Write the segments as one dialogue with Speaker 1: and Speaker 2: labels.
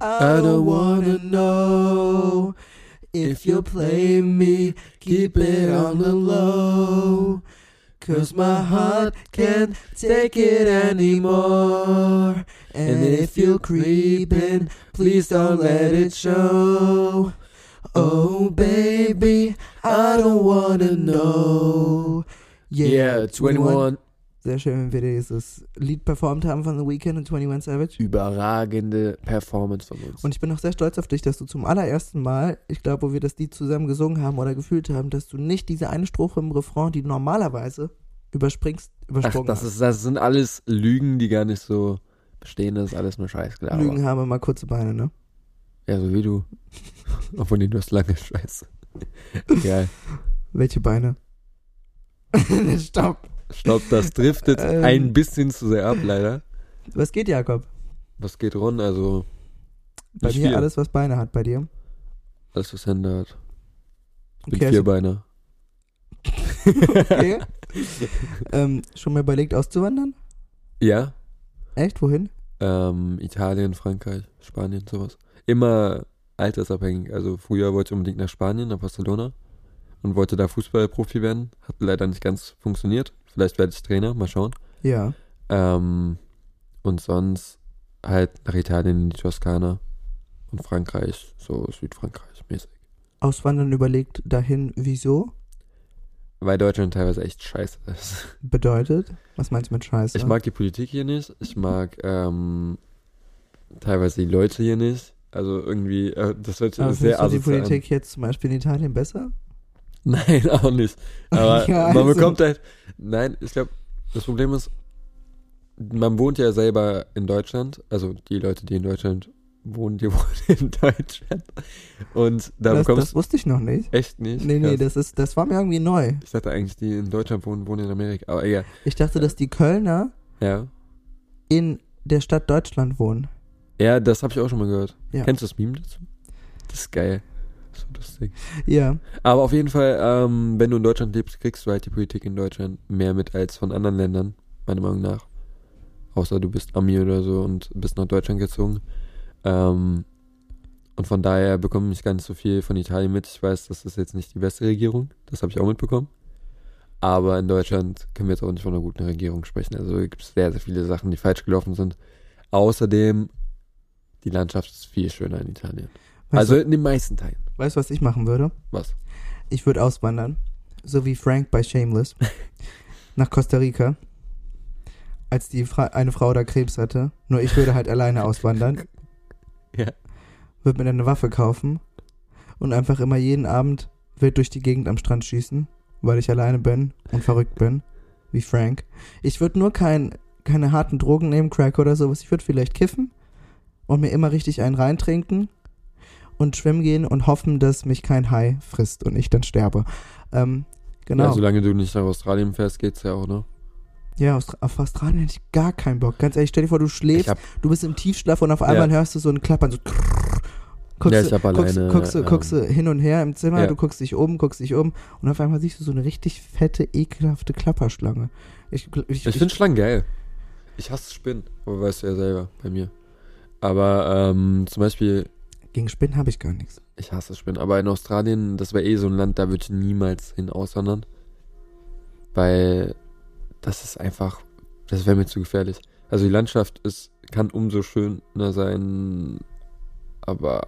Speaker 1: I don't wanna know if you play me. Keep it on the low. Cause my heart can't take it anymore. And if you're creeping, please don't let it show. Oh, baby, I don't wanna know.
Speaker 2: Yeah, 21.
Speaker 1: Sehr schön, wenn wir dieses Lied performt haben von The Weeknd und 21 Savage.
Speaker 2: Überragende Performance von uns.
Speaker 1: Und ich bin auch sehr stolz auf dich, dass du zum allerersten Mal, ich glaube, wo wir das Lied zusammen gesungen haben oder gefühlt haben, dass du nicht diese eine Strophe im Refrain, die du normalerweise überspringst,
Speaker 2: Ach,
Speaker 1: übersprungen
Speaker 2: das,
Speaker 1: hast.
Speaker 2: ist, das sind alles Lügen, die gar nicht so bestehen. Das ist alles nur Scheißglaube.
Speaker 1: Lügen haben immer kurze Beine, ne?
Speaker 2: Ja, so wie du. Obwohl, nee, du hast lange Scheiße. Geil.
Speaker 1: Welche Beine? Stopp.
Speaker 2: Stopp, das driftet
Speaker 1: Ähm.
Speaker 2: ein bisschen zu sehr ab, leider.
Speaker 1: Was geht, Jakob?
Speaker 2: Was geht rund? Also,
Speaker 1: Bei
Speaker 2: Nicht
Speaker 1: mir
Speaker 2: viel.
Speaker 1: alles, was Beine hat, bei dir.
Speaker 2: alles was Hände hat. Ich bin
Speaker 1: Okay, also-
Speaker 2: Vierbeiner.
Speaker 1: Okay. ähm, schon mal überlegt, auszuwandern?
Speaker 2: Ja?
Speaker 1: Echt? Wohin?
Speaker 2: Ähm, Italien, Frankreich, Spanien, sowas. Immer altersabhängig. Also früher wollte ich unbedingt nach Spanien, nach Barcelona und wollte da Fußballprofi werden. Hat leider nicht ganz funktioniert. Vielleicht werde ich Trainer, mal schauen.
Speaker 1: Ja.
Speaker 2: Ähm, und sonst halt nach Italien in die Toskana und Frankreich, so Südfrankreich mäßig.
Speaker 1: Auswandern überlegt dahin, wieso?
Speaker 2: Weil Deutschland teilweise echt scheiße ist.
Speaker 1: Bedeutet? Was meinst du mit Scheiße?
Speaker 2: Ich mag die Politik hier nicht. Ich mag ähm, teilweise die Leute hier nicht. Also irgendwie, äh, das hört sich
Speaker 1: Aber
Speaker 2: sehr
Speaker 1: Ah, findest du die
Speaker 2: asozial an.
Speaker 1: Politik jetzt zum Beispiel in Italien besser?
Speaker 2: Nein, auch nicht. Aber
Speaker 1: Ja,
Speaker 2: man
Speaker 1: also.
Speaker 2: bekommt halt. Nein, ich glaube, das Problem ist, man wohnt ja selber in Deutschland. Also die Leute, die in Deutschland wohnen, die wohnen in Deutschland. Und da
Speaker 1: das,
Speaker 2: bekommst
Speaker 1: das
Speaker 2: du
Speaker 1: wusste ich noch nicht.
Speaker 2: echt nicht.
Speaker 1: Nee, nee,
Speaker 2: krass.
Speaker 1: das, ist, das war mir irgendwie neu.
Speaker 2: ich dachte eigentlich, die in Deutschland wohnen, wohnen in Amerika. Aber egal.
Speaker 1: Ich dachte, dass die Kölner
Speaker 2: Ja.
Speaker 1: in der Stadt Deutschland wohnen.
Speaker 2: Ja, das habe ich auch schon mal gehört.
Speaker 1: Ja.
Speaker 2: Kennst du das Meme dazu? Das ist geil. So lustig.
Speaker 1: Ja,
Speaker 2: Aber auf jeden Fall, ähm, wenn du in Deutschland lebst, kriegst du halt die Politik in Deutschland mehr mit als von anderen Ländern, meiner Meinung nach. Außer du bist Ami oder so und bist nach Deutschland gezogen. Ähm, und von daher bekomme ich gar nicht so viel von Italien mit. Ich weiß, das ist jetzt nicht die beste Regierung. Das habe ich auch mitbekommen. Aber in Deutschland können wir jetzt auch nicht von einer guten Regierung sprechen. Also gibt es sehr, sehr viele Sachen, die falsch gelaufen sind. Außerdem, die Landschaft ist viel schöner in Italien.
Speaker 1: Weißt
Speaker 2: also in den meisten Teilen.
Speaker 1: weißt du, was ich machen würde?
Speaker 2: Was?
Speaker 1: Ich würde auswandern. So wie Frank bei Shameless. nach Costa Rica. Als die Fra eine Frau da Krebs hatte. Nur ich würde halt alleine auswandern.
Speaker 2: Ja.
Speaker 1: Würde mir dann eine Waffe kaufen. Und einfach immer jeden Abend wild durch die Gegend am Strand schießen. Weil ich alleine bin und verrückt bin. Wie Frank. Ich würde nur kein, keine harten Drogen nehmen, Crack oder sowas. Ich würde vielleicht kiffen. Und mir immer richtig einen reintrinken und schwimmen gehen und hoffen, dass mich kein Hai frisst und ich dann sterbe. Ähm, genau.
Speaker 2: Ja, solange du nicht nach Australien fährst, geht's ja auch, ne?
Speaker 1: ja, Austra- auf Australien hätte ich gar keinen Bock. Ganz ehrlich, stell dir vor, du schläfst,
Speaker 2: Ich hab,
Speaker 1: du bist im Tiefschlaf und auf einmal hörst du so ein Klappern, so krrrr. guckst,
Speaker 2: ja,
Speaker 1: du-
Speaker 2: ich hab
Speaker 1: guckst,
Speaker 2: alleine.
Speaker 1: guckst, du-
Speaker 2: ähm,
Speaker 1: guckst du hin und her im Zimmer,
Speaker 2: ja.
Speaker 1: du guckst dich um, guckst dich um und auf einmal siehst du so eine richtig fette, ekelhafte Klapperschlange. Ich, ich,
Speaker 2: ich finde Schlangen geil. Ich hasse Spinnen, aber weißt du ja selber bei mir. Aber ähm, zum Beispiel,
Speaker 1: gegen Spinnen habe ich gar nichts.
Speaker 2: ich hasse Spinnen, aber in Australien, das wäre eh so ein Land, da würde ich niemals hin auswandern. Weil das ist einfach, das wäre mir zu gefährlich. Also die Landschaft ist, kann umso schöner sein, aber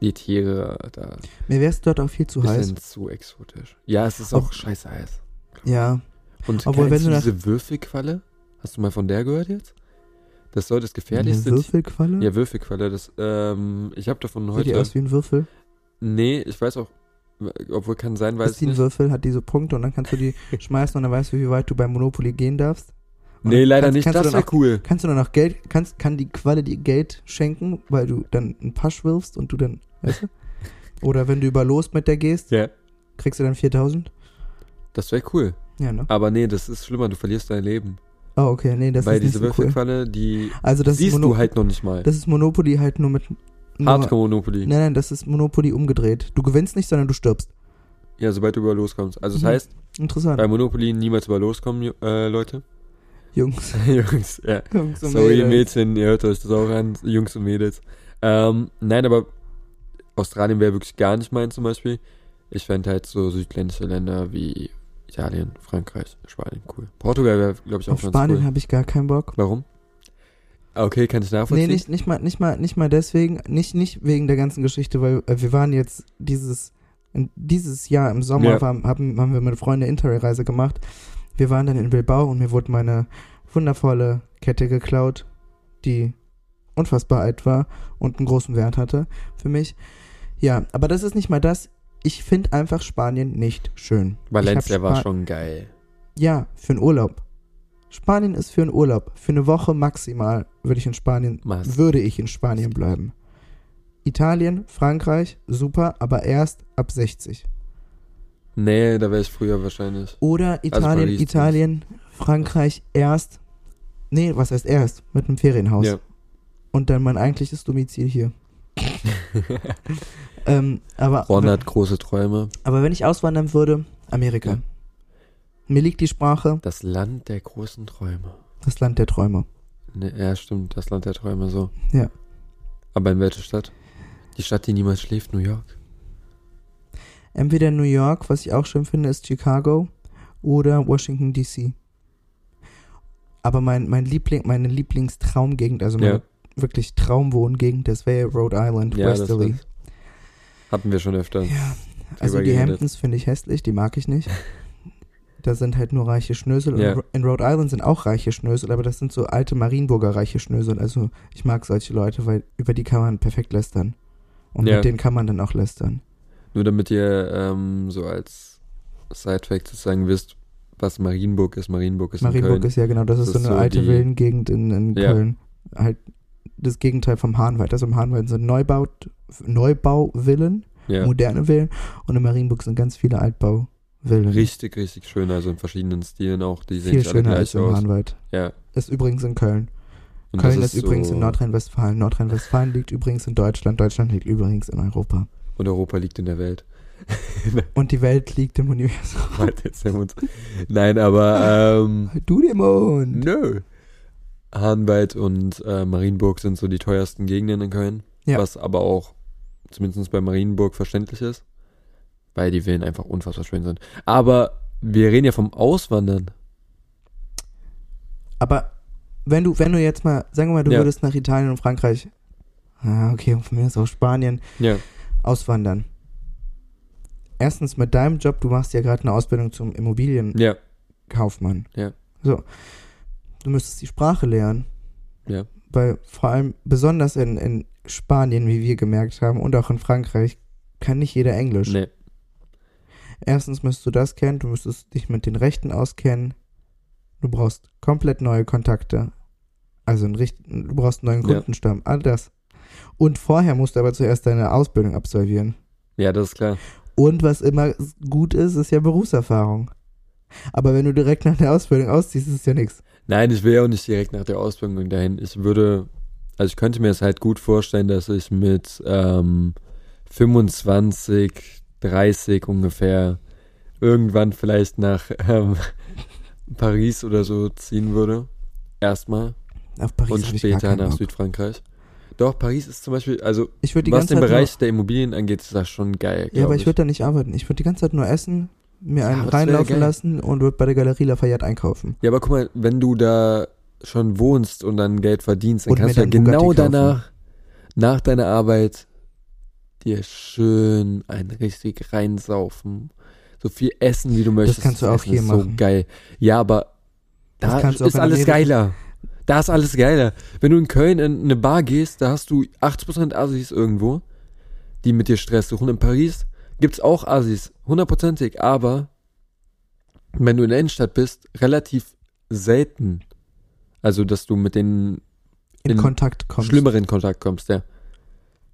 Speaker 2: die Tiere, da
Speaker 1: Mir wäre es dort auch viel zu heiß.
Speaker 2: sind zu exotisch. Ja, es ist
Speaker 1: Ob-
Speaker 2: auch scheiße heiß.
Speaker 1: Ja,
Speaker 2: Und
Speaker 1: Obwohl,
Speaker 2: Obwohl,
Speaker 1: wenn du nach-
Speaker 2: diese Würfelqualle, hast du mal von der gehört jetzt? Das soll das
Speaker 1: eine
Speaker 2: gefährlichste. Tier-
Speaker 1: Würfelqualle?
Speaker 2: Ja, Würfelqualle, das, ähm, ich habe davon
Speaker 1: Sieht die
Speaker 2: heute.
Speaker 1: aus wie ein Würfel?
Speaker 2: Nee, ich weiß auch, obwohl kann sein, weiß
Speaker 1: Weiß
Speaker 2: ich nicht.
Speaker 1: Würfel hat diese Punkte und dann kannst du die schmeißen und dann weißt du, wie weit du bei Monopoly gehen darfst. Und
Speaker 2: Nee,
Speaker 1: dann
Speaker 2: leider
Speaker 1: kannst-
Speaker 2: nicht,
Speaker 1: Kannst
Speaker 2: das
Speaker 1: du dann
Speaker 2: wäre
Speaker 1: auch,
Speaker 2: cool.
Speaker 1: kannst du dann auch Geld, kannst, kann die Qualle dir Geld schenken, weil du dann einen Pasch wirfst und du dann, weißt du? Oder wenn du über Los mit der gehst,
Speaker 2: Ja.
Speaker 1: kriegst du dann 4000?
Speaker 2: Das wäre cool.
Speaker 1: Ja, ne?
Speaker 2: Aber nee, das ist schlimmer, du verlierst dein Leben.
Speaker 1: Oh, okay, nee, das
Speaker 2: Weil
Speaker 1: ist nicht
Speaker 2: diese
Speaker 1: so cool.
Speaker 2: Würfelqualle, die
Speaker 1: Also das ist,
Speaker 2: siehst
Speaker 1: Mono
Speaker 2: du halt noch nicht mal.
Speaker 1: das Ne. ist Monopoly halt nur mit... Nur,
Speaker 2: Hardcore Monopoly.
Speaker 1: Nein, nein, das ist Monopoly umgedreht. Du gewinnst nicht, sondern du stirbst.
Speaker 2: Ja, sobald du über loskommst. Also das
Speaker 1: Mhm.
Speaker 2: heißt,
Speaker 1: Interessant.
Speaker 2: bei Monopoly niemals über loskommen, äh, Leute.
Speaker 1: Jungs.
Speaker 2: Jungs, ja.
Speaker 1: Jungs und
Speaker 2: Sorry,
Speaker 1: Mädels.
Speaker 2: Mädchen, ihr hört euch das auch an, Jungs und Mädels. Ähm, nein, aber Australien wäre wirklich gar nicht mein zum Beispiel. Ich fände halt so südländische Länder wie Italien, Frankreich, Spanien cool. Portugal wäre, glaube ich, auch
Speaker 1: Auf
Speaker 2: ganz
Speaker 1: Spanien
Speaker 2: cool.
Speaker 1: habe ich gar keinen Bock.
Speaker 2: Warum? Okay, kann ich
Speaker 1: Nee,
Speaker 2: nachvollziehen.
Speaker 1: nicht, nicht, mal, nicht, mal, nicht mal deswegen, nicht, nicht wegen der ganzen Geschichte, weil äh, wir waren jetzt dieses, in- dieses Jahr im Sommer,
Speaker 2: Ja.
Speaker 1: waren, haben, haben wir mit Freunden eine Interrail-Reise gemacht. Wir waren dann in Bilbao und mir wurde meine wundervolle Kette geklaut, die unfassbar alt war und einen großen Wert hatte für mich. Ja, aber das ist nicht mal das. Ich finde einfach Spanien nicht schön. Ich
Speaker 2: Valencia
Speaker 1: hab
Speaker 2: war
Speaker 1: Spa-
Speaker 2: schon geil.
Speaker 1: Ja, für einen Urlaub. Spanien ist für einen Urlaub. Für eine Woche maximal würde ich in Spanien,
Speaker 2: Mast.
Speaker 1: würde ich in Spanien bleiben. Italien, Frankreich, super, aber erst ab 60.
Speaker 2: Nee, da wäre ich früher wahrscheinlich.
Speaker 1: Oder Italien,
Speaker 2: Also Paris,
Speaker 1: Italien, Frankreich erst. Nee, was heißt erst? Mit einem Ferienhaus.
Speaker 2: Ja.
Speaker 1: Und dann mein eigentliches Domizil hier. Ähm, aber,
Speaker 2: Ron hat große Träume.
Speaker 1: aber wenn ich auswandern würde, Amerika.
Speaker 2: Ja.
Speaker 1: Mir liegt die Sprache,
Speaker 2: Das Land der großen Träume.
Speaker 1: das Land der Träume.
Speaker 2: Ne, ja, stimmt, das Land der Träume so.
Speaker 1: Ja.
Speaker 2: Aber in welche Stadt? Die Stadt, die niemals schläft, New York.
Speaker 1: Entweder New York, was ich auch schön finde, ist Chicago oder Washington DC. Aber mein, mein Liebling, meine Lieblingstraumgegend, also meine
Speaker 2: Ja.
Speaker 1: wirklich Traumwohngegend, das wäre Rhode Island,
Speaker 2: Ja, das
Speaker 1: Westerly.
Speaker 2: ist, hatten wir schon öfter.
Speaker 1: Ja, also die
Speaker 2: geredet.
Speaker 1: Hamptons finde ich hässlich, die mag ich nicht. Da sind halt nur reiche Schnösel. Und
Speaker 2: Ja.
Speaker 1: Ro- In Rhode Island sind auch reiche Schnösel, aber das sind so alte Marienburger reiche Schnösel. Also ich mag solche Leute, weil über die kann man perfekt lästern. Und
Speaker 2: Ja.
Speaker 1: mit denen kann man dann auch lästern.
Speaker 2: Nur damit ihr ähm, so als Sidefact sozusagen wisst, was Marienburg ist. Marienburg ist in
Speaker 1: Marienburg
Speaker 2: Köln.
Speaker 1: ist ja genau, das,
Speaker 2: Das
Speaker 1: ist so
Speaker 2: ist
Speaker 1: eine
Speaker 2: so
Speaker 1: alte
Speaker 2: die-
Speaker 1: Villengegend in, in
Speaker 2: Ja.
Speaker 1: Köln. Halt das Gegenteil vom Hahnwald. Also im Hahnwald sind Neubau, Neubauvillen,
Speaker 2: ja.
Speaker 1: moderne Villen und in Marienburg sind ganz viele Altbauvillen.
Speaker 2: Richtig, richtig schön. Also in verschiedenen Stilen auch. Die sehen
Speaker 1: Viel
Speaker 2: nicht alle
Speaker 1: schöner als
Speaker 2: gleich
Speaker 1: im
Speaker 2: aus.
Speaker 1: Hahnwald.
Speaker 2: Ja.
Speaker 1: Ist übrigens in Köln.
Speaker 2: Und
Speaker 1: Köln
Speaker 2: das
Speaker 1: ist, übrigens
Speaker 2: so-
Speaker 1: in Nordrhein-Westfalen. Nordrhein-Westfalen liegt übrigens in Deutschland. Deutschland liegt übrigens in Europa.
Speaker 2: Und Europa liegt in der Welt.
Speaker 1: Und die Welt liegt im Universum.
Speaker 2: Warte, jetzt haben wir uns- Nein, aber ähm,
Speaker 1: Du Dämon!
Speaker 2: nö. Hahnwald und äh, Marienburg sind so die teuersten Gegenden in Köln.
Speaker 1: Ja.
Speaker 2: Was aber auch zumindest bei Marienburg verständlich ist. Weil die Villen einfach unfassbar schön sind. Aber wir reden ja vom Auswandern.
Speaker 1: Aber wenn du, wenn du jetzt mal, sagen wir mal, du
Speaker 2: Ja.
Speaker 1: würdest nach Italien und Frankreich, ah, okay, und von mir ist auch Spanien,
Speaker 2: Ja.
Speaker 1: Auswandern. Erstens mit deinem Job, du machst ja gerade eine Ausbildung zum
Speaker 2: Ja.
Speaker 1: Immobilienkaufmann.
Speaker 2: Ja.
Speaker 1: So. Du müsstest die Sprache lernen.
Speaker 2: Ja.
Speaker 1: Weil vor allem, besonders in, in Spanien, wie wir gemerkt haben, und auch in Frankreich, kann nicht jeder Englisch.
Speaker 2: Nee.
Speaker 1: Erstens müsstest du das kennen, du müsstest dich mit den Rechten auskennen. Du brauchst komplett neue Kontakte. Also einen richt- du brauchst einen neuen
Speaker 2: Ja.
Speaker 1: Kundenstamm, all das. Und vorher musst du aber zuerst deine Ausbildung absolvieren.
Speaker 2: Ja, das ist klar.
Speaker 1: Und was immer gut ist, ist ja Berufserfahrung. Aber wenn du direkt nach der Ausbildung ausziehst, ist es ja nichts.
Speaker 2: Nein, ich will ja auch nicht direkt nach der Ausbildung dahin. Ich würde, also ich könnte mir es halt gut vorstellen, dass ich mit ähm, 25, 30 ungefähr irgendwann vielleicht nach ähm, Paris oder so ziehen würde. Erstmal.
Speaker 1: Auf Paris
Speaker 2: und
Speaker 1: hab ich gar
Speaker 2: später
Speaker 1: keinen
Speaker 2: nach
Speaker 1: Bock.
Speaker 2: Südfrankreich. Doch, Paris ist zum Beispiel, also
Speaker 1: Ich würde die
Speaker 2: was
Speaker 1: ganze
Speaker 2: den
Speaker 1: Zeit
Speaker 2: Bereich der Immobilien angeht, ist das schon geil.
Speaker 1: nur, Ja, aber
Speaker 2: glaub
Speaker 1: ich würde da nicht arbeiten. Ich würde die ganze Zeit nur essen, mir
Speaker 2: Ja,
Speaker 1: einen
Speaker 2: aber das wär
Speaker 1: reinlaufen
Speaker 2: geil.
Speaker 1: lassen und würde bei der Galerie Lafayette einkaufen.
Speaker 2: Ja, aber guck mal, wenn du da schon wohnst und dann Geld verdienst, dann
Speaker 1: Und
Speaker 2: kannst du
Speaker 1: mir
Speaker 2: ja
Speaker 1: dann Bugatti
Speaker 2: genau
Speaker 1: kaufen.
Speaker 2: danach, nach deiner Arbeit, dir schön ein richtig reinsaufen. So viel essen, wie du möchtest.
Speaker 1: kannst du auch
Speaker 2: Essen
Speaker 1: hier
Speaker 2: ist So
Speaker 1: machen.
Speaker 2: geil. Ja, aber
Speaker 1: Das
Speaker 2: da
Speaker 1: kannst du auch
Speaker 2: ist
Speaker 1: in
Speaker 2: alles
Speaker 1: Amerika-
Speaker 2: geiler. Da ist alles geiler. Wenn du in Köln in eine Bar gehst, da hast du 80% Assis irgendwo, die mit dir Stress suchen. In Paris gibt's auch Assis, hundertprozentig, aber wenn du in der Innenstadt bist, relativ selten. Also, dass du mit den
Speaker 1: In,
Speaker 2: In
Speaker 1: Kontakt kommst.
Speaker 2: schlimmeren in Kontakt kommst, ja.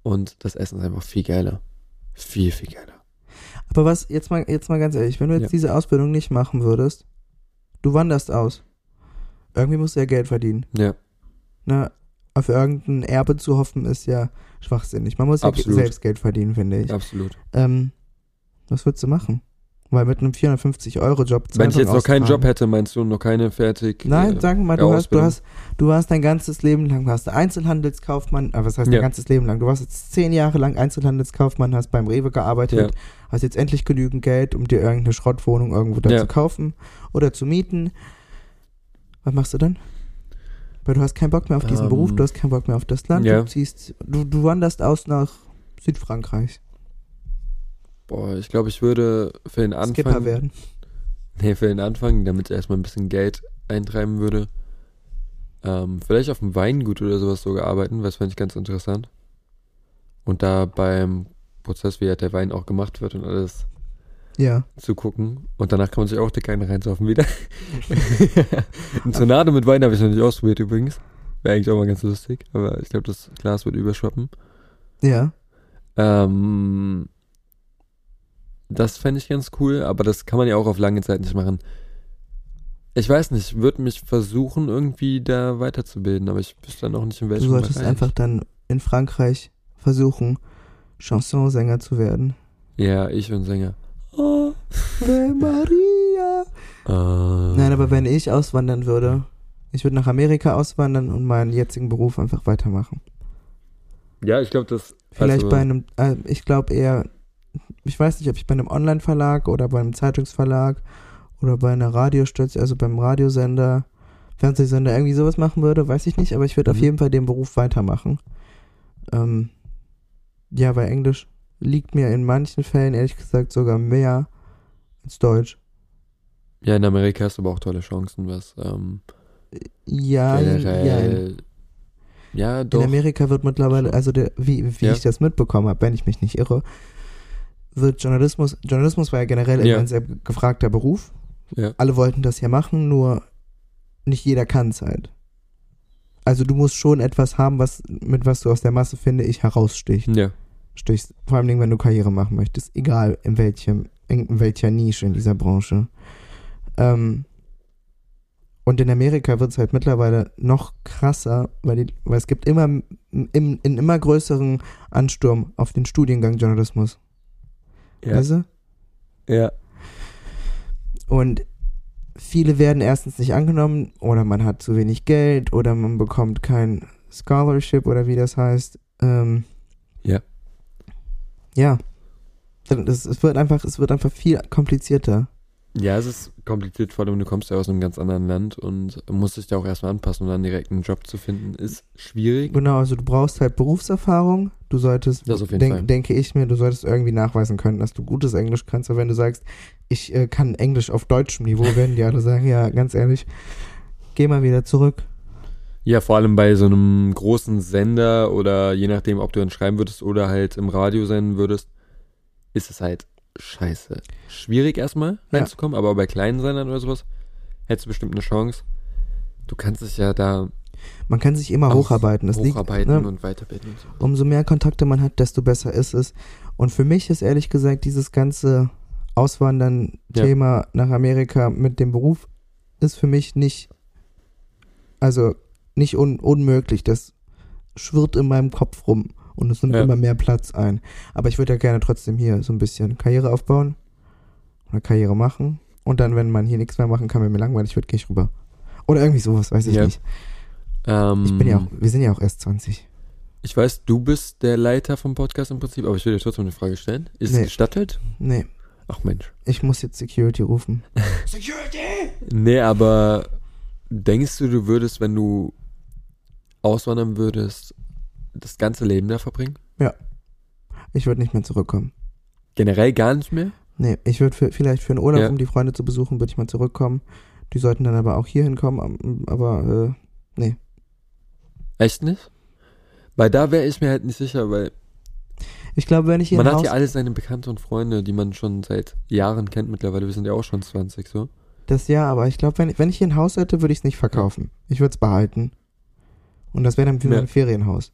Speaker 2: Und das Essen ist einfach viel geiler. Viel, viel geiler.
Speaker 1: Aber was, jetzt mal, jetzt mal ganz ehrlich, wenn du jetzt
Speaker 2: Ja.
Speaker 1: diese Ausbildung nicht machen würdest, du wanderst aus. Irgendwie musst du ja Geld verdienen.
Speaker 2: Ja,
Speaker 1: Ne? Auf irgendein Erbe zu hoffen, ist ja schwachsinnig. Man muss ja
Speaker 2: Absolut.
Speaker 1: selbst Geld verdienen, finde ich.
Speaker 2: absolut.
Speaker 1: Ähm, was würdest du machen? Weil mit einem 450-Euro-Job
Speaker 2: Wenn ich jetzt noch keinen
Speaker 1: austragen-
Speaker 2: Job hätte, meinst du, noch keine fertig.
Speaker 1: Nein,
Speaker 2: äh,
Speaker 1: sag mal,
Speaker 2: ja,
Speaker 1: du hast, du
Speaker 2: Ausbildung.
Speaker 1: hast, du warst dein ganzes Leben lang, warst du Einzelhandelskaufmann, äh, was heißt
Speaker 2: Ja.
Speaker 1: dein ganzes Leben lang? Du warst jetzt zehn Jahre lang Einzelhandelskaufmann, hast beim Rewe gearbeitet, hast jetzt endlich genügend Geld, um dir irgendeine Schrottwohnung irgendwo da
Speaker 2: Ja.
Speaker 1: zu kaufen oder zu mieten. Was machst du dann? Weil du hast keinen Bock mehr auf diesen
Speaker 2: Ähm,
Speaker 1: Beruf, du hast keinen Bock mehr auf das Land,
Speaker 2: ja.
Speaker 1: du ziehst, du, du wanderst aus nach Südfrankreich,
Speaker 2: boah, ich glaube, ich würde für den
Speaker 1: Skipper
Speaker 2: Anfang.
Speaker 1: werden.
Speaker 2: Nee, für den Anfang, damit ich erstmal ein bisschen Geld eintreiben würde. Ähm, vielleicht auf dem Weingut oder sowas sogar arbeiten, das fände ich ganz interessant. Und da beim Prozess, wie halt der Wein auch gemacht wird und alles
Speaker 1: Ja.
Speaker 2: zu gucken. Und danach kann man sich auch die Kleine reinsaufen wieder. Eine Tornado mit Wein habe ich noch nicht ausprobiert übrigens. Wäre eigentlich auch mal ganz lustig, aber ich glaube, das Glas wird überschwappen.
Speaker 1: Ja.
Speaker 2: Ähm, das fände ich ganz cool, aber das kann man ja auch auf lange Zeit nicht machen. Ich weiß nicht, würde mich versuchen, irgendwie da weiterzubilden, aber ich wüsste dann auch nicht, in
Speaker 1: Du
Speaker 2: welchem
Speaker 1: solltest
Speaker 2: Bereich.
Speaker 1: einfach dann in Frankreich versuchen, Chansonsänger zu werden.
Speaker 2: Ja, ich und Sänger.
Speaker 1: Oh,
Speaker 2: Äh,
Speaker 1: Ave Maria. Nein, aber wenn ich auswandern würde, ich würde nach Amerika auswandern und meinen jetzigen Beruf einfach weitermachen.
Speaker 2: Ja, ich glaube, das.
Speaker 1: Vielleicht
Speaker 2: also,
Speaker 1: bei einem, äh, ich glaube eher, ich weiß nicht, ob ich bei einem Online-Verlag oder bei einem Zeitungsverlag oder bei einer Radiostation, also beim Radiosender, Fernsehsender irgendwie sowas machen würde, weiß ich nicht, aber ich würde auf
Speaker 2: Mhm.
Speaker 1: jeden Fall den Beruf weitermachen. Ähm, ja, weil Englisch liegt mir in manchen Fällen ehrlich gesagt sogar mehr als Deutsch.
Speaker 2: Ja, in Amerika hast du aber auch tolle Chancen, was. Ähm,
Speaker 1: Ah, Ja, ja.
Speaker 2: generell. Ja,
Speaker 1: In
Speaker 2: doch.
Speaker 1: Amerika wird mittlerweile, also der, wie, wie
Speaker 2: Ja.
Speaker 1: ich das mitbekommen habe, wenn ich mich nicht irre, wird Journalismus, Journalismus war ja generell
Speaker 2: Ja.
Speaker 1: immer ein sehr gefragter Beruf.
Speaker 2: Ja.
Speaker 1: Alle wollten das ja machen, nur nicht jeder kann es halt. Also du musst schon etwas haben, was, mit was du aus der Masse, finde ich, herausstichst.
Speaker 2: ja.
Speaker 1: Stichst, vor allem, wenn du Karriere machen möchtest, egal in welchem, in welcher Nische in dieser Branche. Ähm, und in Amerika wird es halt mittlerweile noch krasser, weil, die, weil es gibt immer m- im, in immer größeren Ansturm auf den Studiengang Journalismus.
Speaker 2: Ja.
Speaker 1: Weißt du?
Speaker 2: ja.
Speaker 1: Und viele werden erstens nicht angenommen oder man hat zu wenig Geld oder man bekommt kein Scholarship oder wie das heißt. Ähm,
Speaker 2: Ja.
Speaker 1: Ja. Dann- Es, es wird einfach, es wird einfach viel komplizierter.
Speaker 2: Ja, es ist kompliziert, vor allem du kommst ja aus einem ganz anderen Land und musst dich da auch erstmal anpassen und dann direkt einen Job zu finden, ist schwierig.
Speaker 1: Genau, also du brauchst halt Berufserfahrung. Du solltest,
Speaker 2: Das auf jeden Fall.
Speaker 1: denke ich mir, du solltest irgendwie nachweisen können, dass du gutes Englisch kannst. Aber wenn du sagst, ich äh, kann Englisch auf deutschem Niveau, werden die alle sagen, ja, ganz ehrlich, geh mal wieder zurück.
Speaker 2: Ja, vor allem bei so einem großen Sender oder je nachdem, ob du dann schreiben würdest oder halt im Radio senden würdest, ist es halt scheiße. Schwierig erstmal
Speaker 1: Ja.
Speaker 2: reinzukommen, aber bei kleinen Sendern oder sowas hättest du bestimmt eine Chance. Du kannst dich ja da
Speaker 1: Man kann sich immer
Speaker 2: Auch
Speaker 1: hocharbeiten. Das
Speaker 2: hocharbeiten
Speaker 1: liegt, ne,
Speaker 2: und weiterbilden. Und so.
Speaker 1: umso mehr Kontakte man hat, desto besser ist es. Und für mich ist ehrlich gesagt dieses ganze Auswandern-Thema nach Amerika mit dem Beruf ist für mich nicht, also nicht un unmöglich. Das schwirrt in meinem Kopf rum und es nimmt
Speaker 2: Ja.
Speaker 1: immer mehr Platz ein. Aber ich würde ja gerne trotzdem hier so ein bisschen Karriere aufbauen oder Karriere machen. Und dann, wenn man hier nichts mehr machen kann, wenn mir langweilig wird, gehe ich rüber. Oder irgendwie sowas, weiß ich
Speaker 2: Ja.
Speaker 1: nicht.
Speaker 2: Ähm,
Speaker 1: Ich bin ja auch, wir sind ja auch erst 20.
Speaker 2: Ich weiß, du bist der Leiter vom Podcast im Prinzip, aber ich will dir trotzdem eine Frage stellen. Ist
Speaker 1: Nee.
Speaker 2: es gestattet?
Speaker 1: Nee.
Speaker 2: Ach Mensch.
Speaker 1: Ich muss jetzt Security rufen.
Speaker 2: Nee, aber denkst du, du würdest, wenn du auswandern würdest, das ganze Leben da verbringen?
Speaker 1: Ich würde nicht mehr zurückkommen.
Speaker 2: Generell gar nicht mehr?
Speaker 1: Nee, ich würde für, vielleicht für einen Urlaub,
Speaker 2: Ja.
Speaker 1: um die Freunde zu besuchen, würde ich mal zurückkommen. Die sollten dann aber auch hier hinkommen, am- aber äh,
Speaker 2: Echt nicht? Weil da wäre ich mir halt nicht sicher, weil
Speaker 1: ich glaube, wenn ich hier
Speaker 2: man
Speaker 1: ein
Speaker 2: hat
Speaker 1: Haus,
Speaker 2: ja alle seine Bekannte und Freunde, die man schon seit Jahren kennt mittlerweile. Wir sind ja auch schon 20, so.
Speaker 1: das ja, aber ich glaube, wenn, wenn ich hier ein Haus hätte, würde ich es nicht verkaufen. Ich würde es behalten. Und das wäre dann wie
Speaker 2: Ja.
Speaker 1: mein Ferienhaus.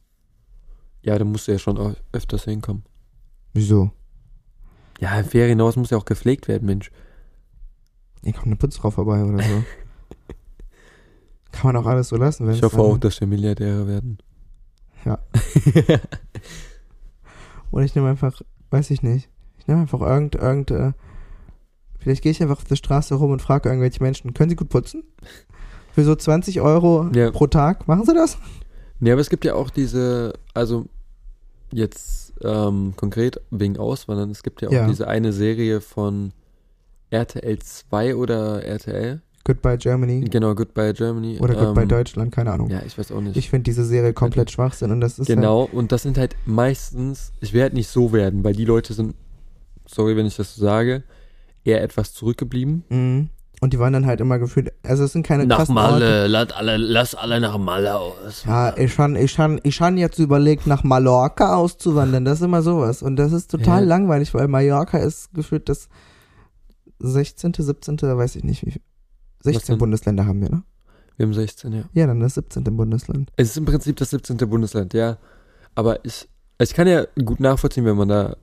Speaker 2: Ja, da musst du ja schon au- öfters hinkommen.
Speaker 1: Wieso?
Speaker 2: Ja, im Ferienhaus muss ja auch gepflegt werden, Mensch.
Speaker 1: Hier kommt eine Putzfrau vorbei oder so. Kann man auch alles so lassen, wenn
Speaker 2: ich
Speaker 1: es
Speaker 2: hoffe
Speaker 1: dann-
Speaker 2: auch, dass wir Milliardäre werden.
Speaker 1: Ja.
Speaker 2: Ja.
Speaker 1: Oder ich nehme einfach, weiß ich nicht, ich nehme einfach irgend, irgend, äh, Vielleicht gehe ich einfach auf der Straße rum und frage irgendwelche Menschen, können sie gut putzen? Für so 20 Euro
Speaker 2: Ja.
Speaker 1: pro Tag, machen sie das?
Speaker 2: Nee, aber es gibt ja auch diese, also jetzt ähm, konkret wegen Auswandern, es gibt ja auch
Speaker 1: Ja.
Speaker 2: diese eine Serie von RTL 2 oder RTL.
Speaker 1: Goodbye Germany
Speaker 2: Genau, Goodbye Germany.
Speaker 1: oder
Speaker 2: ähm,
Speaker 1: Goodbye Deutschland, keine Ahnung.
Speaker 2: Ja, ich weiß auch nicht.
Speaker 1: Ich finde diese Serie komplett Schwachsinn und das ist
Speaker 2: genau, und das sind halt meistens, ich werde halt nicht so werden, weil die Leute sind, sorry, wenn ich das so sage, eher etwas zurückgeblieben.
Speaker 1: halt, mh. und die waren dann halt immer gefühlt, also es sind keine
Speaker 3: Nach
Speaker 1: krassen Orte.
Speaker 3: Malle, lass alle, lass alle nach Malle aus.
Speaker 1: Ja, ich han, ich han, ich han jetzt überlegt, nach Mallorca auszuwandern. Das ist immer sowas. Und das ist total
Speaker 2: Ja.
Speaker 1: langweilig, weil Mallorca ist gefühlt das 16., 17., weiß ich nicht wie viel.
Speaker 2: Was
Speaker 1: 16
Speaker 2: denn?
Speaker 1: Bundesländer haben wir, ne?
Speaker 2: Wir haben 16, ja.
Speaker 1: Ja, dann das 17. Bundesland.
Speaker 2: Es ist im Prinzip das 17. Bundesland, ja. Aber ich, also ich kann ja gut nachvollziehen, wenn man da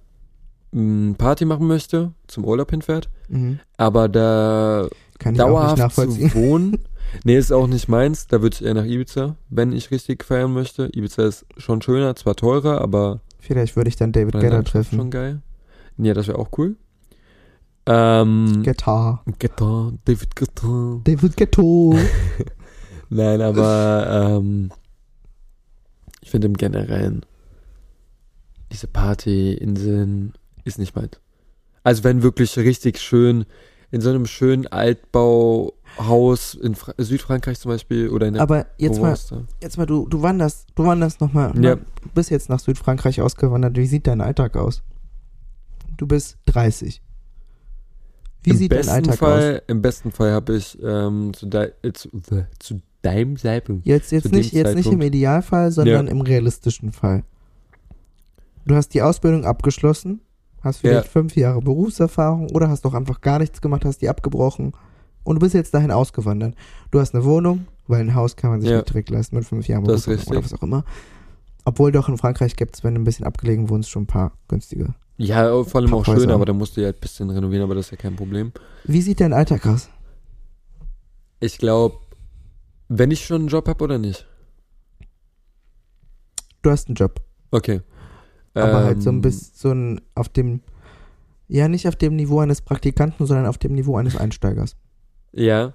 Speaker 2: mh, Party machen möchte, zum Urlaub hinfährt.
Speaker 1: Mhm.
Speaker 2: Aber da
Speaker 1: Kann ich auch nicht
Speaker 2: dauerhaft
Speaker 1: nachvollziehen.
Speaker 2: zu wohnen, nee, ist auch nicht meins. Da würde ich eher nach Ibiza, wenn ich richtig feiern möchte. Ibiza ist schon schöner, zwar teurer, aber
Speaker 1: Vielleicht würde ich dann David
Speaker 2: Von der
Speaker 1: Guetta
Speaker 2: Landschaft
Speaker 1: treffen.
Speaker 2: Schon geil. Ja, das wäre auch cool. Ähm,
Speaker 1: Guetta.
Speaker 2: Guetta, David Guetta.
Speaker 1: David Ghetto.
Speaker 2: Nein, aber ähm, ich finde im Generellen diese Partyinseln ist nicht meins. Also wenn wirklich richtig schön in so einem schönen Altbauhaus in Fra Südfrankreich zum Beispiel oder in der
Speaker 1: Aber jetzt mal,
Speaker 2: Provence da.
Speaker 1: jetzt mal, du, du wanderst, du wanderst nochmal.
Speaker 2: Ja.
Speaker 1: Du bist jetzt nach Südfrankreich ausgewandert. Wie sieht dein Alltag aus? Du bist 30. Wie
Speaker 2: Im
Speaker 1: sieht dein
Speaker 2: besten
Speaker 1: Alltag aus?
Speaker 2: Fall, Im besten Fall habe ich ähm, zu, dei- äh, zu, zu deinem Zeitpunkt
Speaker 1: Jetzt,
Speaker 2: zu
Speaker 1: jetzt,
Speaker 2: dem
Speaker 1: nicht, jetzt nicht im
Speaker 2: Zeitpunkt.
Speaker 1: Idealfall, sondern im realistischen Fall. Du hast die Ausbildung abgeschlossen, hast
Speaker 2: Ja.
Speaker 1: vielleicht fünf Jahre Berufserfahrung oder hast doch einfach gar nichts gemacht, hast die abgebrochen und du bist jetzt dahin ausgewandert. Du hast eine Wohnung, weil ein Haus kann man sich
Speaker 2: Ja.
Speaker 1: nicht direkt leisten mit fünf Jahren
Speaker 2: Das ist
Speaker 1: Berufserfahrung oder was
Speaker 2: richtig.
Speaker 1: auch immer. Obwohl doch in Frankreich gibt es, wenn du ein bisschen abgelegen wohnst, schon ein paar günstige.
Speaker 2: Ja, äh, vor allem auch
Speaker 1: Papphäuser.
Speaker 2: schön, aber da musst du ja ein bisschen renovieren, aber das ist ja kein Problem.
Speaker 1: Wie sieht dein Alltag aus?
Speaker 2: Ich glaube, wenn ich schon einen Job habe oder nicht.
Speaker 1: Du hast einen Job,
Speaker 2: Okay.
Speaker 1: aber halt so ein
Speaker 2: Ähm,
Speaker 1: bisschen so ein, auf dem, ja nicht auf dem Niveau eines Praktikanten, sondern auf dem Niveau eines Einsteigers.
Speaker 2: Ja.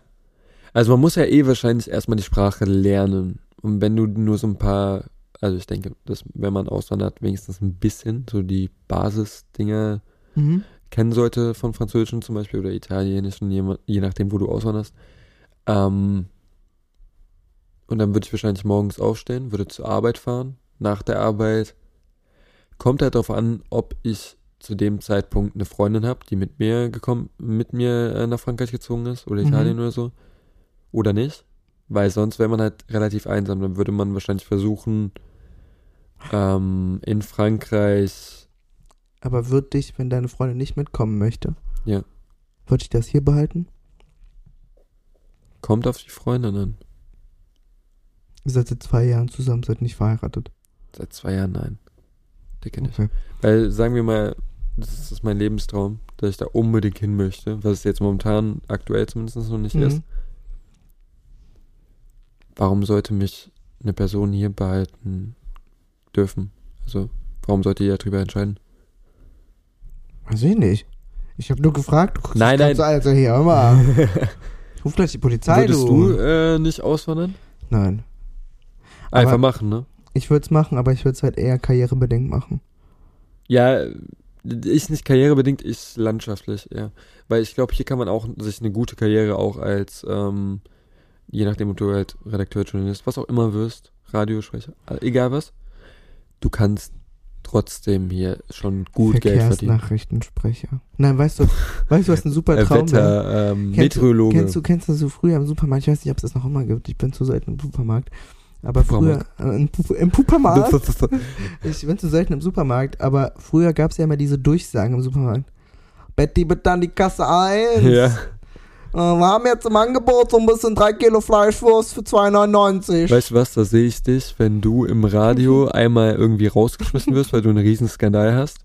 Speaker 2: Also man muss ja eh wahrscheinlich erstmal die Sprache lernen. Und wenn du nur so ein paar, also ich denke, dass wenn man auswandert, wenigstens ein bisschen so die Basisdinger
Speaker 1: Mhm.
Speaker 2: kennen sollte von Französischen zum Beispiel oder Italienischen, je, je nachdem, wo du auswanderst. Ähm, und dann würde ich wahrscheinlich morgens aufstehen, würde zur Arbeit fahren. Nach der Arbeit kommt halt darauf an, ob ich zu dem Zeitpunkt eine Freundin habe, die mit mir gekommen, mit mir äh, nach Frankreich gezogen ist oder
Speaker 1: Mhm.
Speaker 2: Italien oder so. Oder nicht. Weil sonst wäre man halt relativ einsam. Dann würde man wahrscheinlich versuchen, ähm, in Frankreich
Speaker 1: Aber würde dich, wenn deine Freundin nicht mitkommen möchte,
Speaker 2: Ja.
Speaker 1: würde ich das hier behalten?
Speaker 2: Kommt auf die Freundin an.
Speaker 1: Ihr seid seit zwei Jahren zusammen, seid nicht verheiratet.
Speaker 2: Seit zwei Jahren nein. Dicke nicht.
Speaker 1: Okay.
Speaker 2: Weil, sagen wir mal, das ist mein Lebenstraum, dass ich da unbedingt hin möchte, was es jetzt momentan aktuell zumindest noch nicht ist.
Speaker 1: Mhm.
Speaker 2: Warum sollte mich eine Person hier behalten dürfen? Also, warum sollte ihr darüber entscheiden?
Speaker 1: Weiß ich nicht. Ich habe nur gefragt. Du guckst
Speaker 2: Nein,
Speaker 1: mich ganz so, Alter, hier, hör mal. Ruf gleich die Polizei,
Speaker 2: Würdest du äh, nicht auswandern?
Speaker 1: Nein.
Speaker 2: Einfach
Speaker 1: Aber-
Speaker 2: machen, ne?
Speaker 1: Ich würde es machen, aber ich würde es halt eher karrierebedingt machen.
Speaker 2: Ja, ich nicht karrierebedingt, ich landschaftlich, ja. Weil ich glaube, hier kann man auch sich eine gute Karriere auch als, ähm, je nachdem, ob du halt Redakteur, Journalist, was auch immer wirst, Radiosprecher, äh, egal was, du kannst trotzdem hier schon gut Geld verdienen.
Speaker 1: Verkehrsnachrichtensprecher. Nein, weißt du, weißt du, was ein super
Speaker 2: Äh,
Speaker 1: Traum wäre?
Speaker 2: Wetter, ähm,
Speaker 1: Kennst du-
Speaker 2: Meteorologe.
Speaker 1: Kennst du, kennst du so früher im Supermarkt? Ich weiß nicht, ob es das noch immer gibt. Ich bin zu selten im Supermarkt. Aber
Speaker 2: Pupermarkt.
Speaker 1: früher, äh, im, Pup im Pupermarkt. Ich bin zu selten im Supermarkt, aber früher gab es ja immer diese Durchsagen im Supermarkt. Betty, bitte an die Kasse 1.
Speaker 2: ja,
Speaker 1: Äh, wir haben jetzt im Angebot so ein bisschen 3 Kilo Fleischwurst für 2,99.
Speaker 2: weißt du was, da sehe ich dich, wenn du im Radio einmal irgendwie rausgeschmissen wirst, weil du einen riesen Skandal hast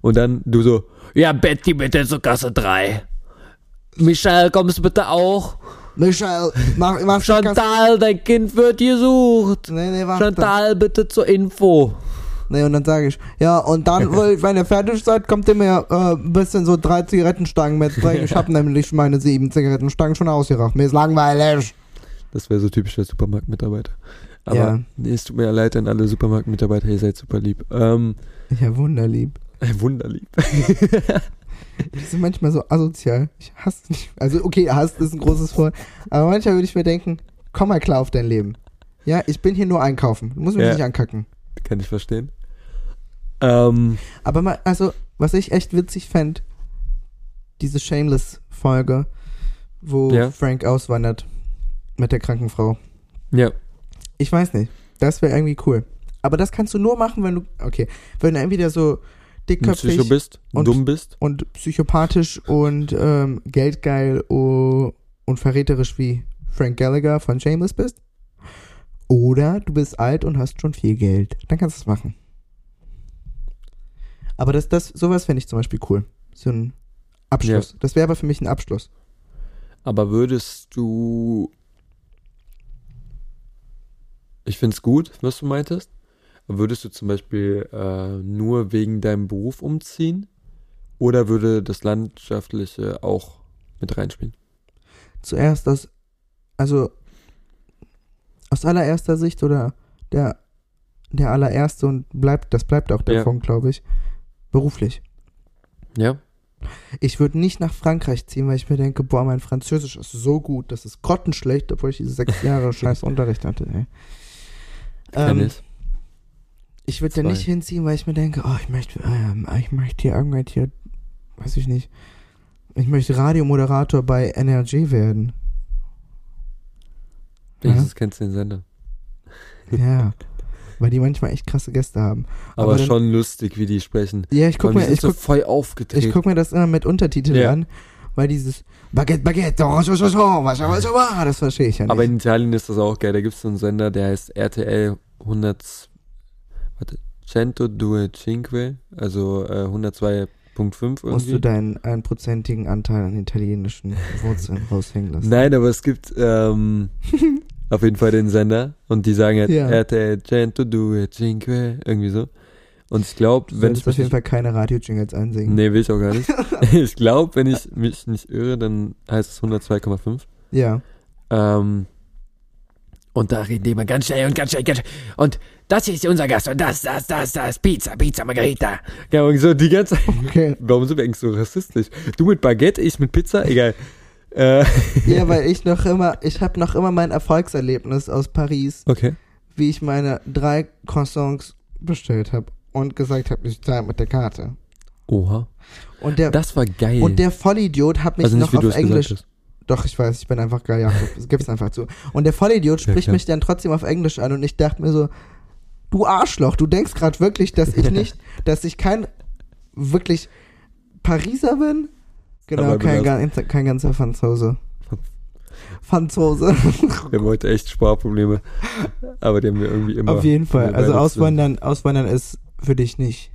Speaker 2: und dann du so,
Speaker 3: Ja, Betty, bitte zur Kasse 3. Michael, kommst du bitte auch?
Speaker 1: Michael, mach, mach
Speaker 3: Chantal, dein Kind wird gesucht.
Speaker 1: Nee, nee, warte.
Speaker 3: Chantal, bitte zur Info.
Speaker 1: Nee, und dann sage ich, ja, und dann, wohl, wenn ihr fertig seid, kommt ihr mir äh, ein bisschen so drei Zigarettenstangen mitbringen. Ich habe nämlich meine sieben Zigarettenstangen schon ausgeraucht. Mir ist langweilig.
Speaker 2: Das wäre so typisch der Supermarktmitarbeiter. Aber
Speaker 1: Ja.
Speaker 2: nee, es tut mir ja leid an alle Supermarktmitarbeiter, ihr seid super lieb. Ähm,
Speaker 1: Ja, wunderlieb.
Speaker 2: äh, wunderlieb.
Speaker 1: Die sind manchmal so asozial. Ich hasse nicht. Also, okay, Hass ist ein großes Wort. Aber manchmal würde ich mir denken, komm mal klar auf dein Leben. Ja, ich bin hier nur einkaufen. Du musst mich
Speaker 2: Ja.
Speaker 1: nicht ankacken.
Speaker 2: Kann ich verstehen. Ähm,
Speaker 1: Aber mal, also, was ich echt witzig fänd, diese Shameless-Folge, wo
Speaker 2: Ja.
Speaker 1: Frank auswandert mit der kranken Frau.
Speaker 2: ja,
Speaker 1: Ich weiß nicht. Das wäre irgendwie cool. Aber das kannst du nur machen, wenn du, okay, wenn du entweder so
Speaker 2: wenn du Psycho
Speaker 1: dickköpfig
Speaker 2: bist,
Speaker 1: und-
Speaker 2: dumm bist.
Speaker 1: und psychopathisch und ähm, geldgeil oh, und verräterisch wie Frank Gallagher von Shameless bist. Oder du bist alt und hast schon viel Geld. Dann kannst du es machen. Aber das, das, sowas fände ich zum Beispiel cool. So ein Abschluss. Das wäre aber für mich ein Abschluss.
Speaker 2: Aber würdest du. Ich find's gut, was du meintest. Aber Würdest du zum Beispiel äh, nur wegen deinem Beruf umziehen? Oder würde das Landschaftliche auch mit reinspielen?
Speaker 1: Zuerst aus, also aus allererster Sicht oder der, der allererste und bleibt, das bleibt auch
Speaker 2: Ja.
Speaker 1: davon, glaube ich, beruflich.
Speaker 2: Ja.
Speaker 1: Ich würde nicht nach Frankreich ziehen, weil ich mir denke, boah, mein Französisch ist so gut, das ist grottenschlecht, obwohl ich diese sechs Jahre scheiß Unterricht hatte. Ey. Ähm,
Speaker 2: Dennis?
Speaker 1: ich würde da
Speaker 2: Zwei.
Speaker 1: nicht hinziehen, weil ich mir denke, oh, ich möchte, ähm, ich möchte hier irgendwann hier, weiß ich nicht, ich möchte Radiomoderator bei NRG werden. mhm.
Speaker 2: Wenigstens kennst du den Sender.
Speaker 1: Ja. weil die manchmal echt krasse Gäste haben.
Speaker 2: Aber,
Speaker 1: Aber dann-
Speaker 2: schon lustig, wie die sprechen.
Speaker 1: Ja, ich guck
Speaker 2: Guck mal,
Speaker 1: mir,
Speaker 2: die
Speaker 1: ich
Speaker 2: sind so
Speaker 1: guck,
Speaker 2: voll aufgedreht.
Speaker 1: ich guck mir das immer mit Untertiteln
Speaker 2: Ja.
Speaker 1: an, weil dieses Baguette, Baguette, oh, so, so, so, was, was, was, das verstehe ich ja nicht.
Speaker 2: Aber in Italien ist das auch geil. Da gibt es so einen Sender, der heißt RTL 100, warte, 102.5, also äh, 102.5
Speaker 1: Musst du
Speaker 2: irgendwie.
Speaker 1: deinen einprozentigen Anteil an italienischen Wurzeln raushängen lassen.
Speaker 2: Nein, aber es gibt ähm, auf jeden Fall den Sender und die sagen halt
Speaker 1: Ja.
Speaker 2: RTL 102.5, irgendwie so. Und ich glaube,
Speaker 1: Du
Speaker 2: wenn
Speaker 1: solltest
Speaker 2: ich
Speaker 1: auf
Speaker 2: mich
Speaker 1: jeden
Speaker 2: nicht,
Speaker 1: Fall keine Radio-Jingles einsingen.
Speaker 2: Nee, will ich auch gar nicht. ich glaube, wenn ich mich nicht irre, dann heißt es 102,5.
Speaker 1: Ja.
Speaker 2: Ähm, und da
Speaker 3: reden die immer ganz schnell und ganz schnell, ganz schnell. Und das hier ist unser Gast und das, das, das, das. Pizza, Pizza, Margarita.
Speaker 2: ja, und so die ganze
Speaker 1: Okay.
Speaker 2: Warum sind wir eigentlich so rassistisch? Du mit Baguette, ich mit Pizza, egal. Äh,
Speaker 1: Ja, weil ich noch immer, ich habe noch immer mein Erfolgserlebnis aus Paris,
Speaker 2: okay.
Speaker 1: wie ich meine drei Croissants bestellt habe und gesagt habe, ich zahle mit der Karte.
Speaker 2: Oha.
Speaker 1: Und der,
Speaker 2: Das war geil.
Speaker 1: und der Vollidiot hat mich
Speaker 2: also
Speaker 1: noch
Speaker 2: nicht wie du
Speaker 1: auf
Speaker 2: es
Speaker 1: Englisch
Speaker 2: gesagt
Speaker 1: Doch, ich weiß, ich bin einfach geil, Jakob. Das gibt's einfach zu. Und der Vollidiot
Speaker 2: Ja,
Speaker 1: spricht
Speaker 2: klar.
Speaker 1: mich dann trotzdem auf Englisch an und ich dachte mir so, du Arschloch, du denkst gerade wirklich, dass ich nicht, dass ich kein wirklich Pariser bin? Genau,
Speaker 2: Aber du
Speaker 1: kein,
Speaker 2: darfst-
Speaker 1: ganzer- kein ganzer Franzose. Franzose,
Speaker 2: hast. Wir haben heute echt Sparprobleme. Aber die haben wir irgendwie immer.
Speaker 1: auf jeden Fall.
Speaker 2: wir
Speaker 1: Also
Speaker 2: beide
Speaker 1: auswandern, auswandern ist für dich nicht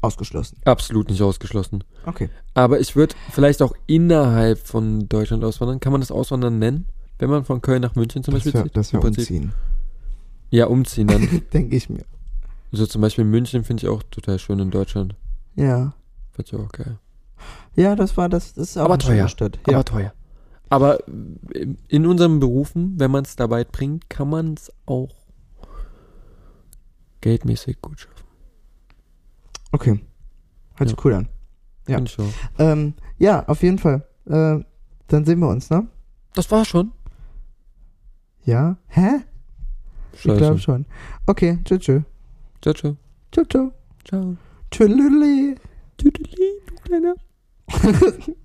Speaker 1: ausgeschlossen.
Speaker 2: Absolut nicht ausgeschlossen.
Speaker 1: Okay.
Speaker 2: Aber ich würde vielleicht auch innerhalb von Deutschland auswandern. Kann man das Auswandern nennen? Wenn man von Köln nach München zum
Speaker 1: Das
Speaker 2: Beispiel
Speaker 1: wäre
Speaker 2: zieht?
Speaker 1: das wär
Speaker 2: Im Prinzip.
Speaker 1: umziehen,
Speaker 2: Ja, umziehen dann.
Speaker 1: denke ich mir.
Speaker 2: so zum Beispiel München finde ich auch total schön in Deutschland.
Speaker 1: Ja.
Speaker 2: Fand ich auch geil.
Speaker 1: Ja, das war das, das ist auch
Speaker 3: Aber
Speaker 1: eine schöne
Speaker 3: teuer.
Speaker 1: Stadt.
Speaker 3: Aber
Speaker 1: Ja.
Speaker 3: teuer.
Speaker 2: Aber äh, in unseren Berufen, wenn man es dabei bringt, kann man es auch geldmäßig gut schaffen.
Speaker 1: Okay. Hört sich
Speaker 2: Ja.
Speaker 1: cool an. Ja.
Speaker 2: Finde ich auch.
Speaker 1: Ähm, ja, auf jeden Fall. Ähm, dann sehen wir uns, ne?
Speaker 2: Das war schon.
Speaker 1: Ja? Hä? Ich glaube
Speaker 2: Scheiße.
Speaker 1: schon. Okay, tschö, tschö.
Speaker 2: Ciao, ciao.
Speaker 1: Tschö, tschö.
Speaker 2: Ciao.
Speaker 1: Tschüdelü.
Speaker 2: Tüdeli, du kleiner.